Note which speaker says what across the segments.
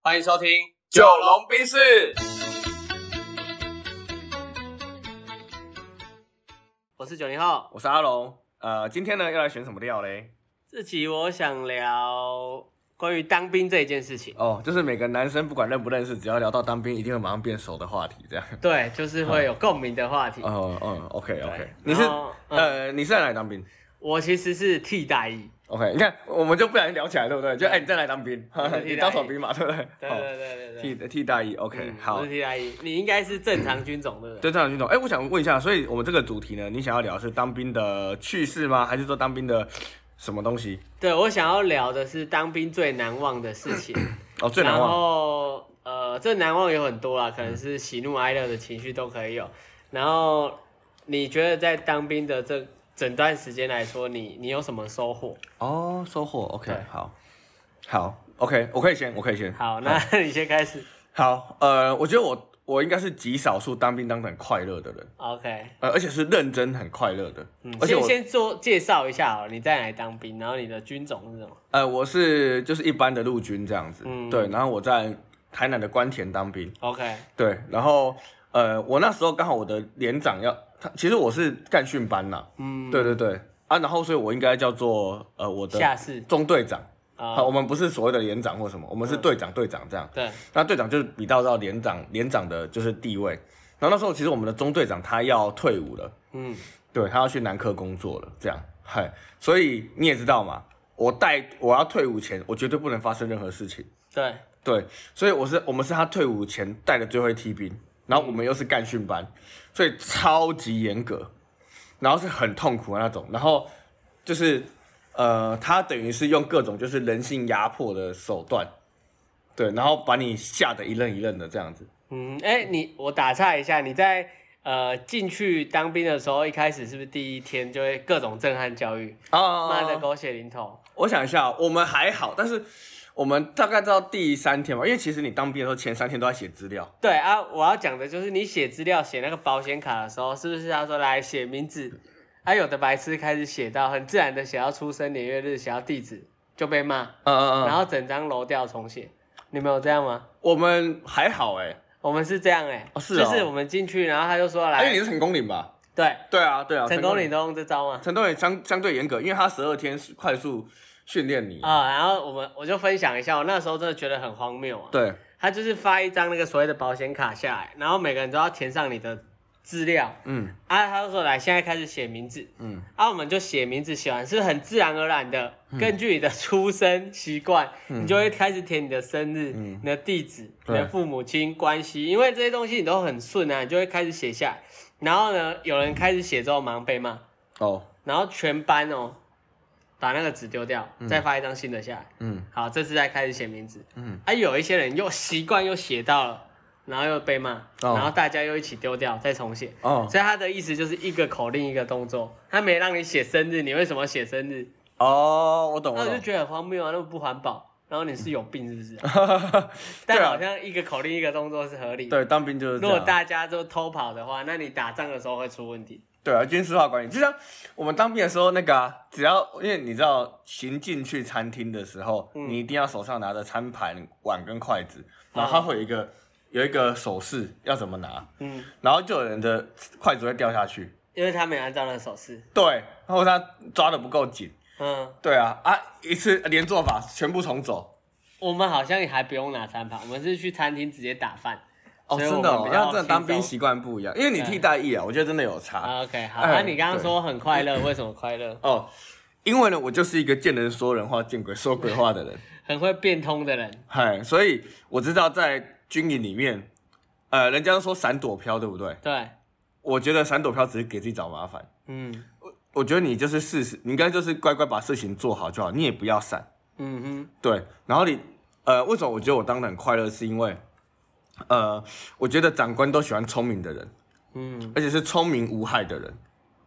Speaker 1: 欢迎收听《
Speaker 2: 九龙冰室，
Speaker 1: 我是九零后。
Speaker 2: 我是阿龙。呃，今天呢要来选什么料嘞？
Speaker 1: 这集我想聊关于当兵这件事情。
Speaker 2: 哦，就是每个男生不管认不认识，只要聊到当兵，一定会马上变熟的话题，这样。
Speaker 1: 对，就是会有共鸣的话题。
Speaker 2: 哦，嗯，OK OK
Speaker 1: 对。
Speaker 2: 你是
Speaker 1: 然后嗯
Speaker 2: 呃，你是在哪里当兵
Speaker 1: 我其实是替代役，
Speaker 2: ？OK，你看我们就不小心聊起来，对不对？就哎，你在哪里 当兵
Speaker 1: 我是 替代？役
Speaker 2: 你当什么兵嘛，对不对？
Speaker 1: 对
Speaker 2: 哦
Speaker 1: 对对对对，
Speaker 2: 替替代役，OK，
Speaker 1: 嗯
Speaker 2: 好
Speaker 1: 我是。替代役。你应该是正常军种对不对？
Speaker 2: 对，这样军种。哎，我想问一下，所以我们这个主题呢，你想要聊的是当兵的趣事吗？还是说当兵的什么东西？
Speaker 1: 对，我想要聊的是当兵最难忘的事 情。
Speaker 2: 哦，最难
Speaker 1: 然
Speaker 2: 忘。
Speaker 1: 后呃，最难忘有很多啦，可能是喜怒哀乐的情绪都可以有。然后你觉得在当兵的这整段时间来说，你你有什么收获？
Speaker 2: 哦，收获。OK，
Speaker 1: 对
Speaker 2: 好，好，OK，我可以先，我可以先。
Speaker 1: 好，那 你先开始。
Speaker 2: 好，呃，我觉得我我应该是极少数当兵当得很快乐的人，
Speaker 1: OK，
Speaker 2: 呃，而且是认真很快乐的。
Speaker 1: 嗯，
Speaker 2: 而且
Speaker 1: 先
Speaker 2: 我
Speaker 1: 先做介绍一下好了，你在哪里当兵，然后你的军种是什么？
Speaker 2: 呃我是就是一般的陆军这样子，
Speaker 1: 嗯
Speaker 2: 对，然后我在台南的关田当兵，
Speaker 1: OK，
Speaker 2: 对，然后呃我那时候刚好我的连长要他，其实我是干训班呐，
Speaker 1: 嗯，
Speaker 2: 对对对啊，然后所以我应该叫做呃我的
Speaker 1: 下士
Speaker 2: 中队长。
Speaker 1: 啊、嗯
Speaker 2: 好，我们不是所谓的连长或什么，我们是队长，队长这样。
Speaker 1: 对，
Speaker 2: 那队长就是比较到连长，连长的就是地位。然后那时候其实我们的中队长他要退伍了，
Speaker 1: 嗯，
Speaker 2: 对他要去南科工作了，这样，嗨，所以你也知道嘛，我带我要退伍前，我绝对不能发生任何事情，
Speaker 1: 对，
Speaker 2: 对，所以我是我们是他退伍前带的最后一梯兵，然后我们又是干训班，所以超级严格，然后是很痛苦的那种，然后就是呃，他等于是用各种就是人性压迫的手段，对，然后把你吓得一愣一愣的这样子，
Speaker 1: 嗯，哎、你我打岔一下，你在呃进去当兵的时候，一开始是不是第一天就会各种震撼教育？
Speaker 2: 啊
Speaker 1: 妈的，狗血淋头。
Speaker 2: 我想一下，我们还好，但是我们大概到第三天吧，因为其实你当兵的时候前三天都在写资料。
Speaker 1: 对啊，我要讲的就是你写资料、写那个保险卡的时候，是不是他说来写名字？啊，有的白痴开始写到很自然的写到出生年月日，写到地址就被骂，
Speaker 2: 嗯嗯
Speaker 1: 然
Speaker 2: 然
Speaker 1: 后
Speaker 2: 后
Speaker 1: 整张楼调重写。你们有这样吗？
Speaker 2: 我们还好哎、
Speaker 1: 我们是这样哎、
Speaker 2: 哦是哦
Speaker 1: 就是我们进去，然后他就说
Speaker 2: 因为你
Speaker 1: 来，
Speaker 2: 是成功领吧？
Speaker 1: 对，
Speaker 2: 对啊，对啊，
Speaker 1: 成功领都用这招吗？
Speaker 2: 成功领相相对严格，因为他十二天是快速训练你。
Speaker 1: 啊、然后我们我就分享一下，我那时候真的觉得很荒谬啊。
Speaker 2: 对，
Speaker 1: 他就是发一张那个所谓的保险卡下来，然后每个人都要填上你的资料，
Speaker 2: 嗯
Speaker 1: 啊，他就说来，现在开始写名字，
Speaker 2: 嗯，
Speaker 1: 啊，我们就写名字，写完是很自然而然的，根据你的出生习惯，你就会开始填你的生日、你的地址、你
Speaker 2: 嗯对
Speaker 1: 的父母亲关系，因为这些东西你都很顺啊，你就会开始写下来。然后呢，有人开始写之后马上被骂，
Speaker 2: 哦，
Speaker 1: 然后全班哦把那个纸丢掉，再发一张新的下来。
Speaker 2: 嗯
Speaker 1: 好，这次再开始写名字。
Speaker 2: 嗯，
Speaker 1: 啊，有一些人又习惯又写到了，然后又被骂，
Speaker 2: 哦
Speaker 1: 然后大家又一起丢掉，再重写。
Speaker 2: 哦
Speaker 1: 所以他的意思就是一个口令一个动作，他没让你写生日，你为什么写生日？
Speaker 2: 哦，我懂
Speaker 1: 那
Speaker 2: 我
Speaker 1: 我就
Speaker 2: 懂。
Speaker 1: 觉得很荒谬啊，那么不环保，然后你是有病是不是？
Speaker 2: 对
Speaker 1: 但
Speaker 2: 啊
Speaker 1: 好，像一个口令一个动作是合理的。
Speaker 2: 对，当兵就是这
Speaker 1: 如果
Speaker 2: 样。
Speaker 1: 大家都偷跑的话，那你打仗的时候会出问题。
Speaker 2: 对啊，军事化管理，就像我们当兵的时候那个啊，只要因为你知道行进去餐厅的时候，
Speaker 1: 嗯
Speaker 2: 你一定要手上拿着餐盘、碗跟筷子，然后它会有一个、有一个手势要怎么拿，
Speaker 1: 嗯，
Speaker 2: 然后就有人的筷子会掉下去，
Speaker 1: 因为他没按照那个手势。
Speaker 2: 对，或者他抓的不够紧，
Speaker 1: 嗯，
Speaker 2: 对啊啊，一次连做法全部重走，
Speaker 1: 我们好像还不用拿餐盘，我们是去餐厅直接打饭。
Speaker 2: 哦，
Speaker 1: 所以
Speaker 2: 真的、
Speaker 1: 我
Speaker 2: 哦
Speaker 1: 们，比较
Speaker 2: 像这当兵
Speaker 1: 轻松
Speaker 2: 习惯不一样，因为你替代役啊，我觉得真的有差，
Speaker 1: 啊 OK，好。那、
Speaker 2: 哎
Speaker 1: 你刚刚说很快 乐，为什么快乐？
Speaker 2: 哦，因为呢，我就是一个见人说人话，见鬼说鬼话的 人。
Speaker 1: 很会变通的人。
Speaker 2: 嗨，所以我知道在军营里面，呃，人家都说闪躲飘，对不对？
Speaker 1: 对，
Speaker 2: 我觉得闪躲飘只是给自己找麻烦。
Speaker 1: 嗯
Speaker 2: 我觉得你就是事实，你应该就是乖乖把事情做好就好，你也不要闪。
Speaker 1: 嗯哼，
Speaker 2: 对，然后你，呃，为什么我觉得我当得很快乐？是因为，呃，我觉得长官都喜欢聪明的人，
Speaker 1: 嗯，
Speaker 2: 而且是聪明无害的人。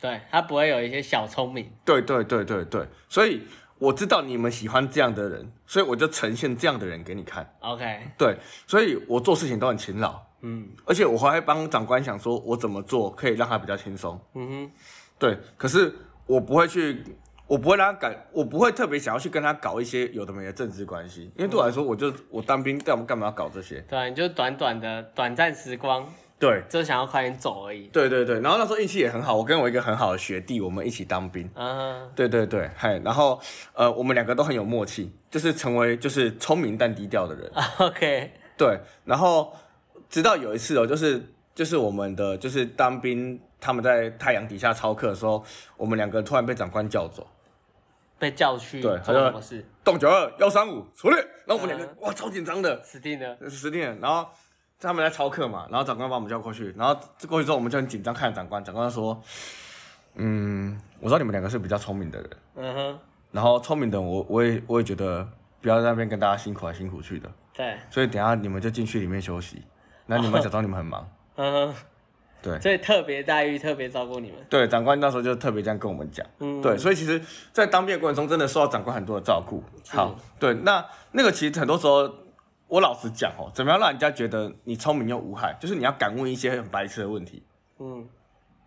Speaker 1: 对他不会有一些小聪明。
Speaker 2: 对对对对对，所以我知道你们喜欢这样的人，所以我就呈现这样的人给你看。
Speaker 1: OK，
Speaker 2: 对，所以我做事情都很勤劳。
Speaker 1: 嗯
Speaker 2: 而且我还会帮长官想说，我怎么做可以让他比较轻松。
Speaker 1: 嗯哼，
Speaker 2: 对，可是我不会去我不会让他感，我不会特别想要去跟他搞一些有的没的政治关系，因为对我来说，我就我当兵干嘛干嘛要搞这些？
Speaker 1: 对啊，你就短短的短暂时光，
Speaker 2: 对，
Speaker 1: 就想要快点走而已。
Speaker 2: 对对对，然后那时候运气也很好，我跟我一个很好的学弟，我们一起当兵。
Speaker 1: 啊，
Speaker 2: 对对对，嗨，然后呃，我们两个都很有默契，就是成为就是聪明但低调的人。
Speaker 1: 啊 OK，
Speaker 2: 对，然后直到有一次哦，就是就是我们的就是当兵，他们在太阳底下操课的时候，我们两个突然被长官叫走，
Speaker 1: 被叫去
Speaker 2: 对
Speaker 1: 做
Speaker 2: 他就
Speaker 1: 什么事？
Speaker 2: 动九二幺三五出列，然后我们两个、
Speaker 1: 嗯
Speaker 2: 哇超紧张的，
Speaker 1: 死定了。
Speaker 2: 十点，然后他们来操课嘛，然后长官把我们叫过去，然后过去之后我们就很紧张看着长官，长官说，嗯，我知道你们两个是比较聪明的人，
Speaker 1: 嗯哼，
Speaker 2: 然后聪明的人我我也我也觉得不要在那边跟大家辛苦来啊辛苦去的，
Speaker 1: 对，
Speaker 2: 所以等一下你们就进去里面休息，那你们假装你们很忙，
Speaker 1: 嗯哼，
Speaker 2: 对
Speaker 1: 所以特别待遇，特别照顾你们。
Speaker 2: 对，长官那时候就特别这样跟我们讲，
Speaker 1: 嗯
Speaker 2: 对，所以其实，在当兵的过程中，真的受到长官很多的照顾。好，对，那那个其实很多时候，我老实讲哦，怎么样让人家觉得你聪明又无害，就是你要敢问一些很白痴的问题。
Speaker 1: 嗯，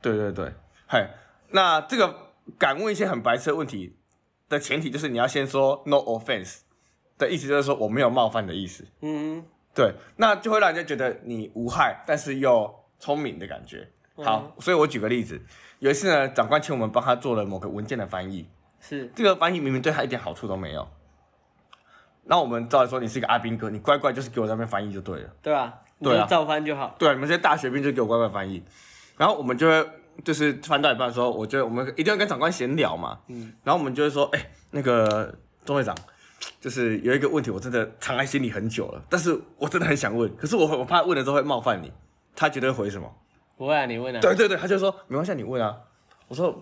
Speaker 2: 对对对，嘿，那这个敢问一些很白痴的问题的前提就是你要先说 no offense 的意思，就是说我没有冒犯的意思。
Speaker 1: 嗯
Speaker 2: 对，那就会让人家觉得你无害，但是又聪明的感觉。
Speaker 1: 嗯
Speaker 2: 好，所以我举个例子，有一次呢，长官请我们帮他做了某个文件的翻译，
Speaker 1: 是，
Speaker 2: 这个翻译明明对他一点好处都没有。那我们照理说你是个阿兵哥，你乖乖就是给我在那边翻译就对了。
Speaker 1: 对吧？你
Speaker 2: 对啊
Speaker 1: 就照翻就好。
Speaker 2: 对啊，你们这些大学兵就给我乖乖翻译。然后我们就会就是翻到一半的时候，我觉得我们一定要跟长官闲聊嘛。嗯。然后我们就会说，哎、那个钟会长，就是有一个问题我真的藏在心里很久了，但是我真的很想问，可是我我怕问了之后会冒犯你。他绝对会回什么？
Speaker 1: 不会啊，你问啊。
Speaker 2: 对对对，他就说没关系啊，你问啊。我说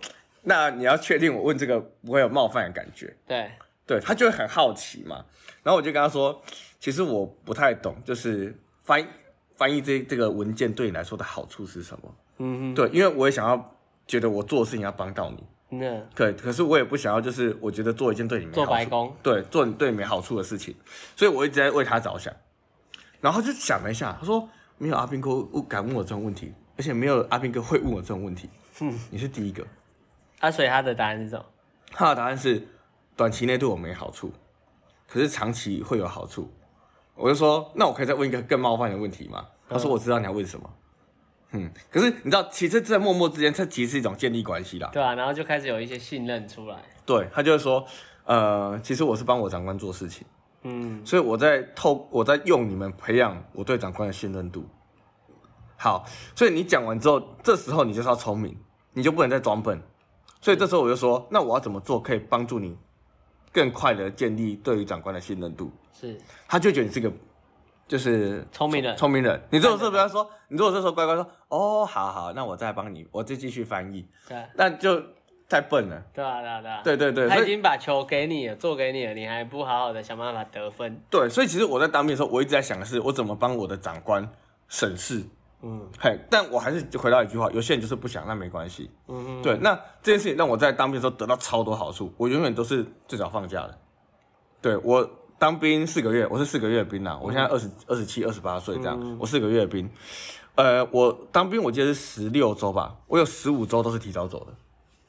Speaker 2: 那你要确定我问这个不会有冒犯的感觉。
Speaker 1: 对，
Speaker 2: 对他就会很好奇嘛。然后我就跟他说，其实我不太懂，就是翻译翻译这这个文件对你来说的好处是什么？
Speaker 1: 嗯
Speaker 2: 对，因为我也想要觉得我做的事情要帮到你，
Speaker 1: 哼，那
Speaker 2: 可可是我也不想要就是我觉得做一件对你没
Speaker 1: 做
Speaker 2: 好
Speaker 1: 白
Speaker 2: 处，
Speaker 1: 工。
Speaker 2: 对，做你对你没好处的事情，所以我一直在为他着想。然后他就想了一下，他说没有阿斌哥敢问我这种问题，而且没有阿斌哥会问我这种问题，你是第一个。
Speaker 1: 啊，所以他的答案是什么？
Speaker 2: 他的答案是短期内对我没好处，可是长期会有好处。我就说，那我可以再问一个更冒犯的问题吗？
Speaker 1: 嗯
Speaker 2: 他说，我知道你要问什么。嗯，可是你知道，其实，在默默之间，这其实是一种建立关系啦。
Speaker 1: 对啊，然后就开始有一些信任出来。
Speaker 2: 对，他就是说，呃，其实我是帮我长官做事情，
Speaker 1: 嗯，
Speaker 2: 所以我在透，我在用你们培养我对长官的信任度。好，所以你讲完之后，这时候你就是要聪明，你就不能再装笨。所以这时候我就说，那我要怎么做可以帮助你更快的建立对于长官的信任度？
Speaker 1: 是
Speaker 2: 他就觉得你是个就是
Speaker 1: 聪明人
Speaker 2: 聪明人。你这种时候不要说，你如果这时候乖乖说，哦，好好，那我再帮你，我再继续翻译，
Speaker 1: 对啊，
Speaker 2: 那就太笨了。
Speaker 1: 对啊，对啊，对啊。
Speaker 2: 对对对，
Speaker 1: 他
Speaker 2: 所
Speaker 1: 已
Speaker 2: 以
Speaker 1: 经把球给你了，做给你了，你还不好好的想办法得分。
Speaker 2: 对，所以其实我在当兵的时候，我一直在想的是，我怎么帮我的长官省事。
Speaker 1: 嗯
Speaker 2: 嘿，但我还是回到一句话，有些人就是不想，那没关系。
Speaker 1: 嗯哼，
Speaker 2: 对，那这件事情让我在当兵的时候得到超多好处，我永远都是最早放假的。对我当兵四个月，我是四个月的兵啊，我
Speaker 1: 嗯
Speaker 2: 现在二十二十七、二十八岁这样，我四个月的兵。呃，我当兵我记得是十六周吧，我有十五周都是提早走的。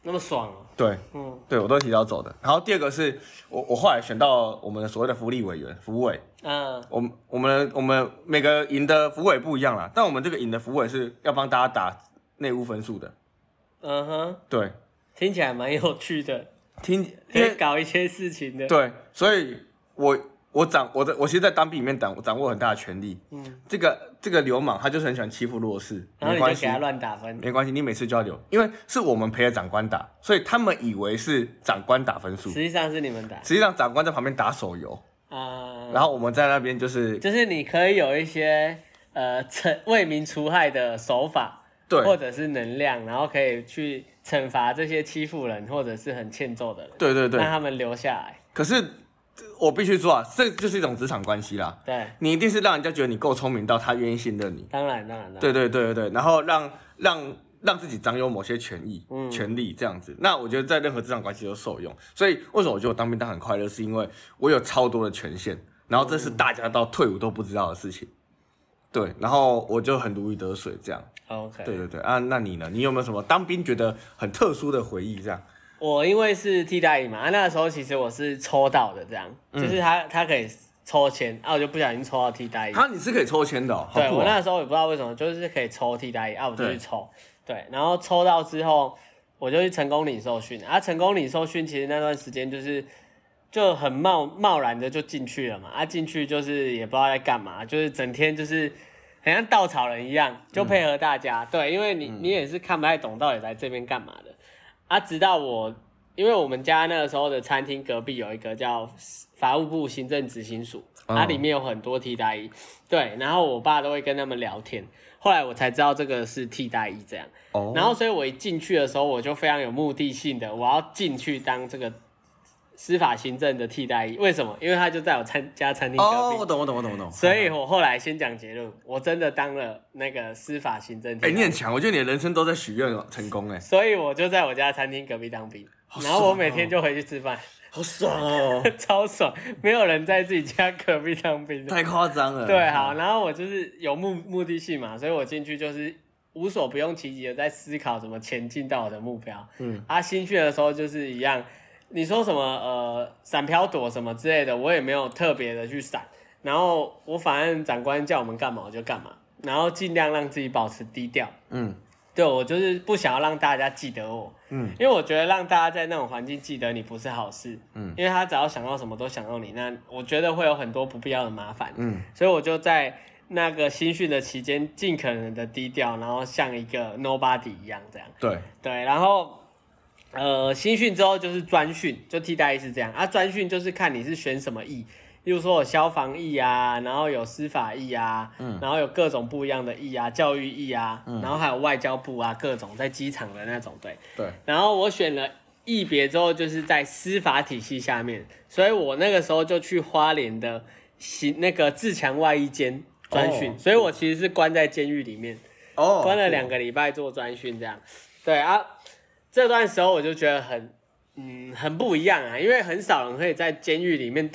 Speaker 1: 那么爽哦。
Speaker 2: 对，
Speaker 1: 嗯
Speaker 2: 对我都是提早走的。然后第二个是我我后来选到我们的所谓的福利委员福委，
Speaker 1: 嗯，
Speaker 2: 我们我们我们每个营的福委不一样啦，但我们这个营的福委是要帮大家打内务分数的。
Speaker 1: 嗯哼，
Speaker 2: 对，
Speaker 1: 听起来蛮有趣的，
Speaker 2: 听
Speaker 1: 可以
Speaker 2: 因为
Speaker 1: 搞一些事情的。
Speaker 2: 对，所以我我掌我在我其实，在当兵里面掌掌握很大的权利。
Speaker 1: 嗯，
Speaker 2: 这个这个流氓他就是很喜欢欺负弱势，
Speaker 1: 然后
Speaker 2: 没
Speaker 1: 你
Speaker 2: 关
Speaker 1: 就
Speaker 2: 系
Speaker 1: 给，他乱打分。
Speaker 2: 没关系，你每次就要留，因为是我们陪着长官打，所以他们以为是长官打分数
Speaker 1: 实，际上是你们打
Speaker 2: 实际上长官在旁边打手游，
Speaker 1: 啊、
Speaker 2: 然后我们在那边就是
Speaker 1: 就是你可以有一些呃惩为民除害的手法，
Speaker 2: 对
Speaker 1: 或者是能量，然后可以去惩罚这些欺负人或者是很欠揍的人，
Speaker 2: 对对
Speaker 1: 让
Speaker 2: 对，
Speaker 1: 他们留下来。
Speaker 2: 可是我必须说啊，这就是一种职场关系啦，
Speaker 1: 对，
Speaker 2: 你一定是让人家觉得你够聪明到他愿意信任你。
Speaker 1: 当然当然当然，
Speaker 2: 对对对对对，然后让让让自己掌有某些权益、
Speaker 1: 嗯
Speaker 2: 权利这样子。那我觉得在任何职场关系都受用。所以为什么我觉得我当兵当很快乐，是因为我有超多的权限，然后这是大家到退伍都不知道的事情。对，然后我就很如鱼得水这样。
Speaker 1: ，OK，
Speaker 2: 对对对啊，那你呢？你有没有什么当兵觉得很特殊的回忆？这样
Speaker 1: 我因为是替代役嘛，啊那时候其实我是抽到的，这样，
Speaker 2: 嗯
Speaker 1: 就是他他可以抽签，啊，我就不小心抽到替代役。
Speaker 2: 他你是可以抽签的、哦，好
Speaker 1: 哎对
Speaker 2: 酷、
Speaker 1: 我
Speaker 2: 哦！
Speaker 1: 那时候也不知道为什么，就是可以抽替代役，啊，我就
Speaker 2: 对
Speaker 1: 去抽，对，然后抽到之后，我就去成功领受训，啊，成功领受训其实那段时间就是就很贸贸然的就进去了嘛，啊，进去就是也不知道在干嘛，就是整天就是。很像稻草人一样，就配合大家。
Speaker 2: 嗯
Speaker 1: 对，因为你你也是看不太懂到底来这边干嘛的啊。直到我，因为我们家那个时候的餐厅隔壁有一个叫法务部行政执行署，它、
Speaker 2: 哦
Speaker 1: 里面有很多替代役。对，然后我爸都会跟他们聊天。后来我才知道这个是替代役这样。
Speaker 2: 哦
Speaker 1: 然后，所以我一进去的时候，我就非常有目的性的，我要进去当这个司法行政的替代役。为什么？因为他就在我餐家餐厅隔
Speaker 2: 哦，
Speaker 1: 壁。
Speaker 2: 我懂，我懂，我懂，我懂。
Speaker 1: 所以我后来先讲结论，我真的当了那个司法行政
Speaker 2: 哎、
Speaker 1: 厅。
Speaker 2: 你很强，我觉得你的人生都在许愿成功哎、
Speaker 1: 所以我就在我家餐厅隔壁当兵，然后我每天就回去吃饭，
Speaker 2: 好爽哦，
Speaker 1: 超爽，没有人在自己家隔壁当兵的。
Speaker 2: 太夸张了。
Speaker 1: 对，好，然后我就是有目目的性嘛，所以我进去就是无所不用其极的在思考怎么前进到我的目标。
Speaker 2: 嗯，
Speaker 1: 啊，新训的时候就是一样，你说什么呃闪飘躲什么之类的，我也没有特别的去闪，然后我反正长官叫我们干嘛我就干嘛，然后尽量让自己保持低调。
Speaker 2: 嗯，
Speaker 1: 对我就是不想要让大家记得我，
Speaker 2: 嗯，
Speaker 1: 因为我觉得让大家在那种环境记得你不是好事，
Speaker 2: 嗯，
Speaker 1: 因为他只要想到什么都想到你，那我觉得会有很多不必要的麻烦，
Speaker 2: 嗯，
Speaker 1: 所以我就在那个新训的期间尽可能的低调，然后像一个 nobody 一样这样，
Speaker 2: 对，
Speaker 1: 对，然后呃新训之后就是专训，就替代役是这样啊，专训就是看你是选什么役。例如说有消防役啊，然后有司法役啊，然后有各种不一样的役啊，教育役啊，然后还有外交部啊，各种在机场的那种对。
Speaker 2: 对，
Speaker 1: 然后我选了役别之后，就是在司法体系下面，所以我那个时候就去花莲的行那个自强外役监专训，
Speaker 2: 哦
Speaker 1: 所以我其实是关在监狱里面。
Speaker 2: 哦，
Speaker 1: 关了两个礼拜做专训这样。对啊，这段时候我就觉得很，嗯，很不一样啊，因为很少人可以在监狱里面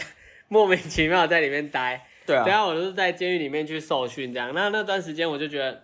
Speaker 1: 莫名其妙在里面待。
Speaker 2: 对
Speaker 1: 对
Speaker 2: 啊，
Speaker 1: 啊，我都是在监狱里面去受训这样。那那段时间我就觉得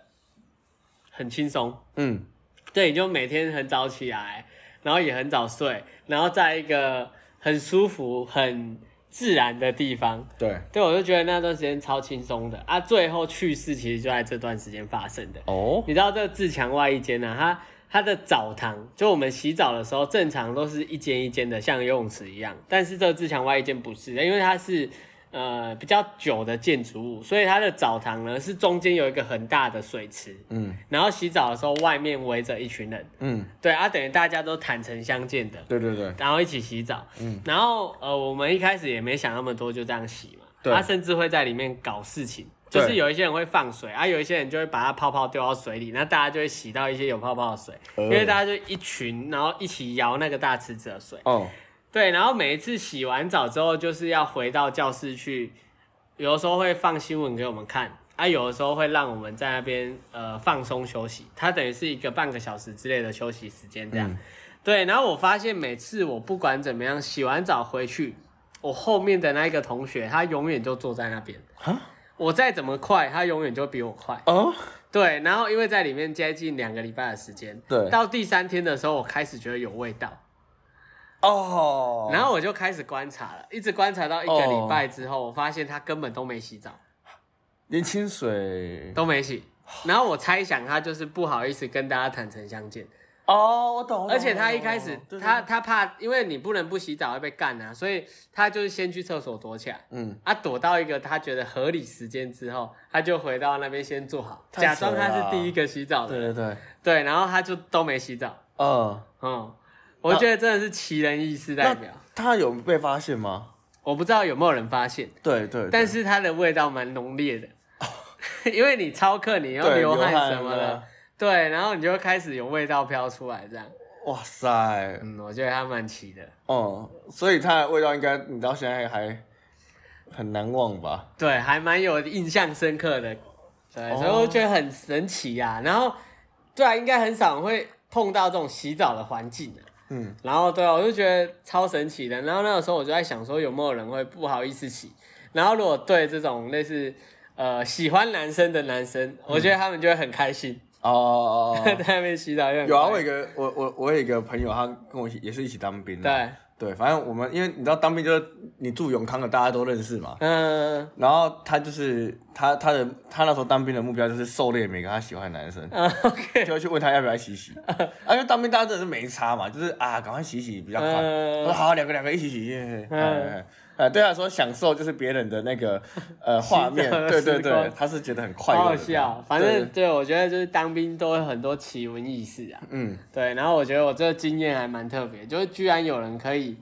Speaker 1: 很轻松，
Speaker 2: 嗯，
Speaker 1: 对，你就每天很早起来，然后也很早睡，然后在一个很舒服、很自然的地方。
Speaker 2: 对，
Speaker 1: 对，我就觉得那段时间超轻松的啊。最后去世其实就在这段时间发生的。
Speaker 2: 哦，
Speaker 1: 你知道这个自强外一间呢、它它的澡堂，就我们洗澡的时候，正常都是一间一间的，像游泳池一样。但是这个自强外一间不是，因为它是呃比较久的建筑物，所以它的澡堂呢是中间有一个很大的水池，
Speaker 2: 嗯
Speaker 1: 然后洗澡的时候外面围着一群人，
Speaker 2: 嗯，
Speaker 1: 对啊，等于大家都坦诚相见的，
Speaker 2: 对对对，
Speaker 1: 然后一起洗澡。嗯，然后呃，我们一开始也没想那么多，就这样洗嘛。
Speaker 2: 对
Speaker 1: 他甚至会在里面搞事情，就是
Speaker 2: 对
Speaker 1: 有一些人会放水，啊，有一些人就会把它泡泡丢到水里，那大家就会洗到一些有泡泡的水，
Speaker 2: 呃
Speaker 1: 因为大家就一群，然后一起摇那个大池子的水。
Speaker 2: 哦，
Speaker 1: 对，然后每一次洗完澡之后，就是要回到教室去，有的时候会放新闻给我们看，啊，有的时候会让我们在那边呃放松休息，它等于是一个半个小时之类的休息时间这样。对，然后我发现每次我不管怎么样，洗完澡回去，我后面的那一个同学他永远就坐在那边，
Speaker 2: 啊，
Speaker 1: 我再怎么快，他永远就比我快。
Speaker 2: 哦，
Speaker 1: 对，然后因为在里面接近两个礼拜的时间，
Speaker 2: 对
Speaker 1: 到第三天的时候，我开始觉得有味道。
Speaker 2: 哦，
Speaker 1: 然后我就开始观察了，一直观察到一个礼拜之后，我发现他根本都没洗澡，
Speaker 2: 哦连清水，
Speaker 1: 都没洗。然后我猜想他就是不好意思跟大家坦诚相见，
Speaker 2: 哦，我懂，我懂
Speaker 1: 而且他一开始
Speaker 2: 我懂
Speaker 1: 他
Speaker 2: 对对对
Speaker 1: 他怕，因为你不能不洗澡会被干啊，所以他就是先去厕所躲起来，
Speaker 2: 嗯，
Speaker 1: 啊，躲到一个他觉得合理时间之后，他就回到那边先坐好，
Speaker 2: 太
Speaker 1: 假装
Speaker 2: 扯了
Speaker 1: 他是
Speaker 2: 啊
Speaker 1: 第一个洗澡
Speaker 2: 对
Speaker 1: 的，
Speaker 2: 对对，
Speaker 1: 对，然后他就都没洗澡，
Speaker 2: 嗯，
Speaker 1: 嗯，我觉得真的是奇人异事代
Speaker 2: 那
Speaker 1: 表，
Speaker 2: 他有被发现吗？
Speaker 1: 我不知道有没有人发现。
Speaker 2: 对对，对
Speaker 1: 但是它的味道蛮浓烈 的，因为你超客，你要
Speaker 2: 对
Speaker 1: 流
Speaker 2: 流
Speaker 1: 汗
Speaker 2: 汗啊
Speaker 1: 什么的
Speaker 2: 了，
Speaker 1: 对，然后你就会开始有味道飘出来，这样，
Speaker 2: 哇塞，
Speaker 1: 嗯，我觉得它蛮奇的，
Speaker 2: 哦，所以它的味道应该你到现在还很难忘吧？
Speaker 1: 对，还蛮有印象深刻的，对，
Speaker 2: 哦
Speaker 1: 所以我觉得很神奇啊。然后，对啊，应该很少人会碰到这种洗澡的环境啊。
Speaker 2: 嗯，
Speaker 1: 然后对啊，我就觉得超神奇的。然后那个时候我就在想说，有没有人会不好意思洗？然后如果对这种类似呃喜欢男生的男生，我觉得他们就会很开心。
Speaker 2: 哦 哦哦哦，
Speaker 1: 在那边洗澡也很
Speaker 2: 有啊，
Speaker 1: 快
Speaker 2: 我有一个我我我有一个朋友，他跟我一起也是一起当兵的、
Speaker 1: 对，
Speaker 2: 对，反正我们因为你知道当兵就是你住永康的，大家都认识嘛。
Speaker 1: 嗯，
Speaker 2: 然后他就是他他的他那时候当兵的目标就是狩猎每个他喜欢的男生，
Speaker 1: 嗯，OK，
Speaker 2: 就会去问他要不要一起洗。啊，因为当兵大家真的是没差嘛，就是啊，赶快洗洗比较快。
Speaker 1: 嗯
Speaker 2: 我说好，两个两个一起洗。嗯
Speaker 1: 嗯
Speaker 2: 嗯，呃，对他来说享受就是别人的 那个呃画面
Speaker 1: 洗澡，的
Speaker 2: 对对
Speaker 1: 时光
Speaker 2: 对，他是觉得很快乐
Speaker 1: 好
Speaker 2: 的。
Speaker 1: 好笑。啊反正
Speaker 2: 对
Speaker 1: 对我觉得就是当兵都会很多奇闻异事啊。
Speaker 2: 嗯，
Speaker 1: 对，然后我觉得我这个经验还蛮特别，就是居然有人可以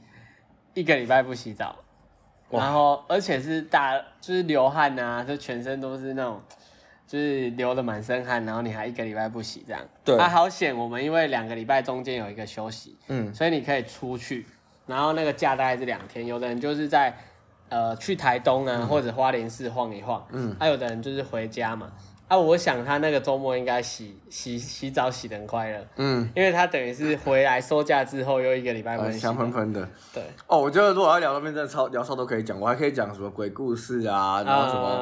Speaker 1: 一个礼拜不洗澡，
Speaker 2: 哇
Speaker 1: 然后而且是大就是流汗啊，就全身都是那种就是流的满身汗，然后你还一个礼拜不洗这样。
Speaker 2: 对
Speaker 1: 啊、好险我们因为两个礼拜中间有一个休息，
Speaker 2: 嗯
Speaker 1: 所以你可以出去，然后那个假大概是两天，有的人就是在。呃，去台东
Speaker 2: 嗯
Speaker 1: 啊，或者花莲市晃一晃，嗯，还、有的人就是回家嘛，啊，我想他那个周末应该洗洗洗澡洗的很快乐，
Speaker 2: 嗯，
Speaker 1: 因为他等于是回来收假之后又一个礼拜
Speaker 2: 呃
Speaker 1: 温习
Speaker 2: 香。喷喷的。
Speaker 1: 对，
Speaker 2: 哦，我觉得如果要聊到面，真的超聊超都可以讲，我还可以讲什么鬼故事啊，然后什么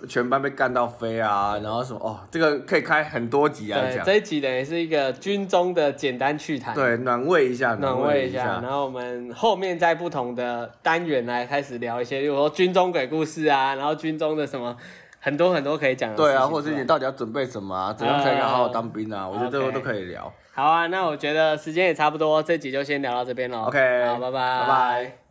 Speaker 1: 嗯，
Speaker 2: 全班被干到飞啊，然后什么哦，这个可以开很多集来
Speaker 1: 对，
Speaker 2: 讲。
Speaker 1: 这一集等于是一个军中的简单趣谈，，
Speaker 2: 对，暖胃一下，
Speaker 1: 暖胃
Speaker 2: 胃
Speaker 1: 一下。然后我们后面在不同的单元来开始聊一些，比如说军中鬼故事啊，然后军中的什么很多很多可以讲的事情。
Speaker 2: 对啊，或者
Speaker 1: 是
Speaker 2: 是你
Speaker 1: 吧
Speaker 2: 到底要准备什么啊？怎样才可以好好当兵啊？我觉得这个
Speaker 1: OK
Speaker 2: 都可以聊。
Speaker 1: 好啊，那我觉得时间也差不多，这集就先聊到这边喽。
Speaker 2: OK，
Speaker 1: 好，拜拜，
Speaker 2: 拜拜。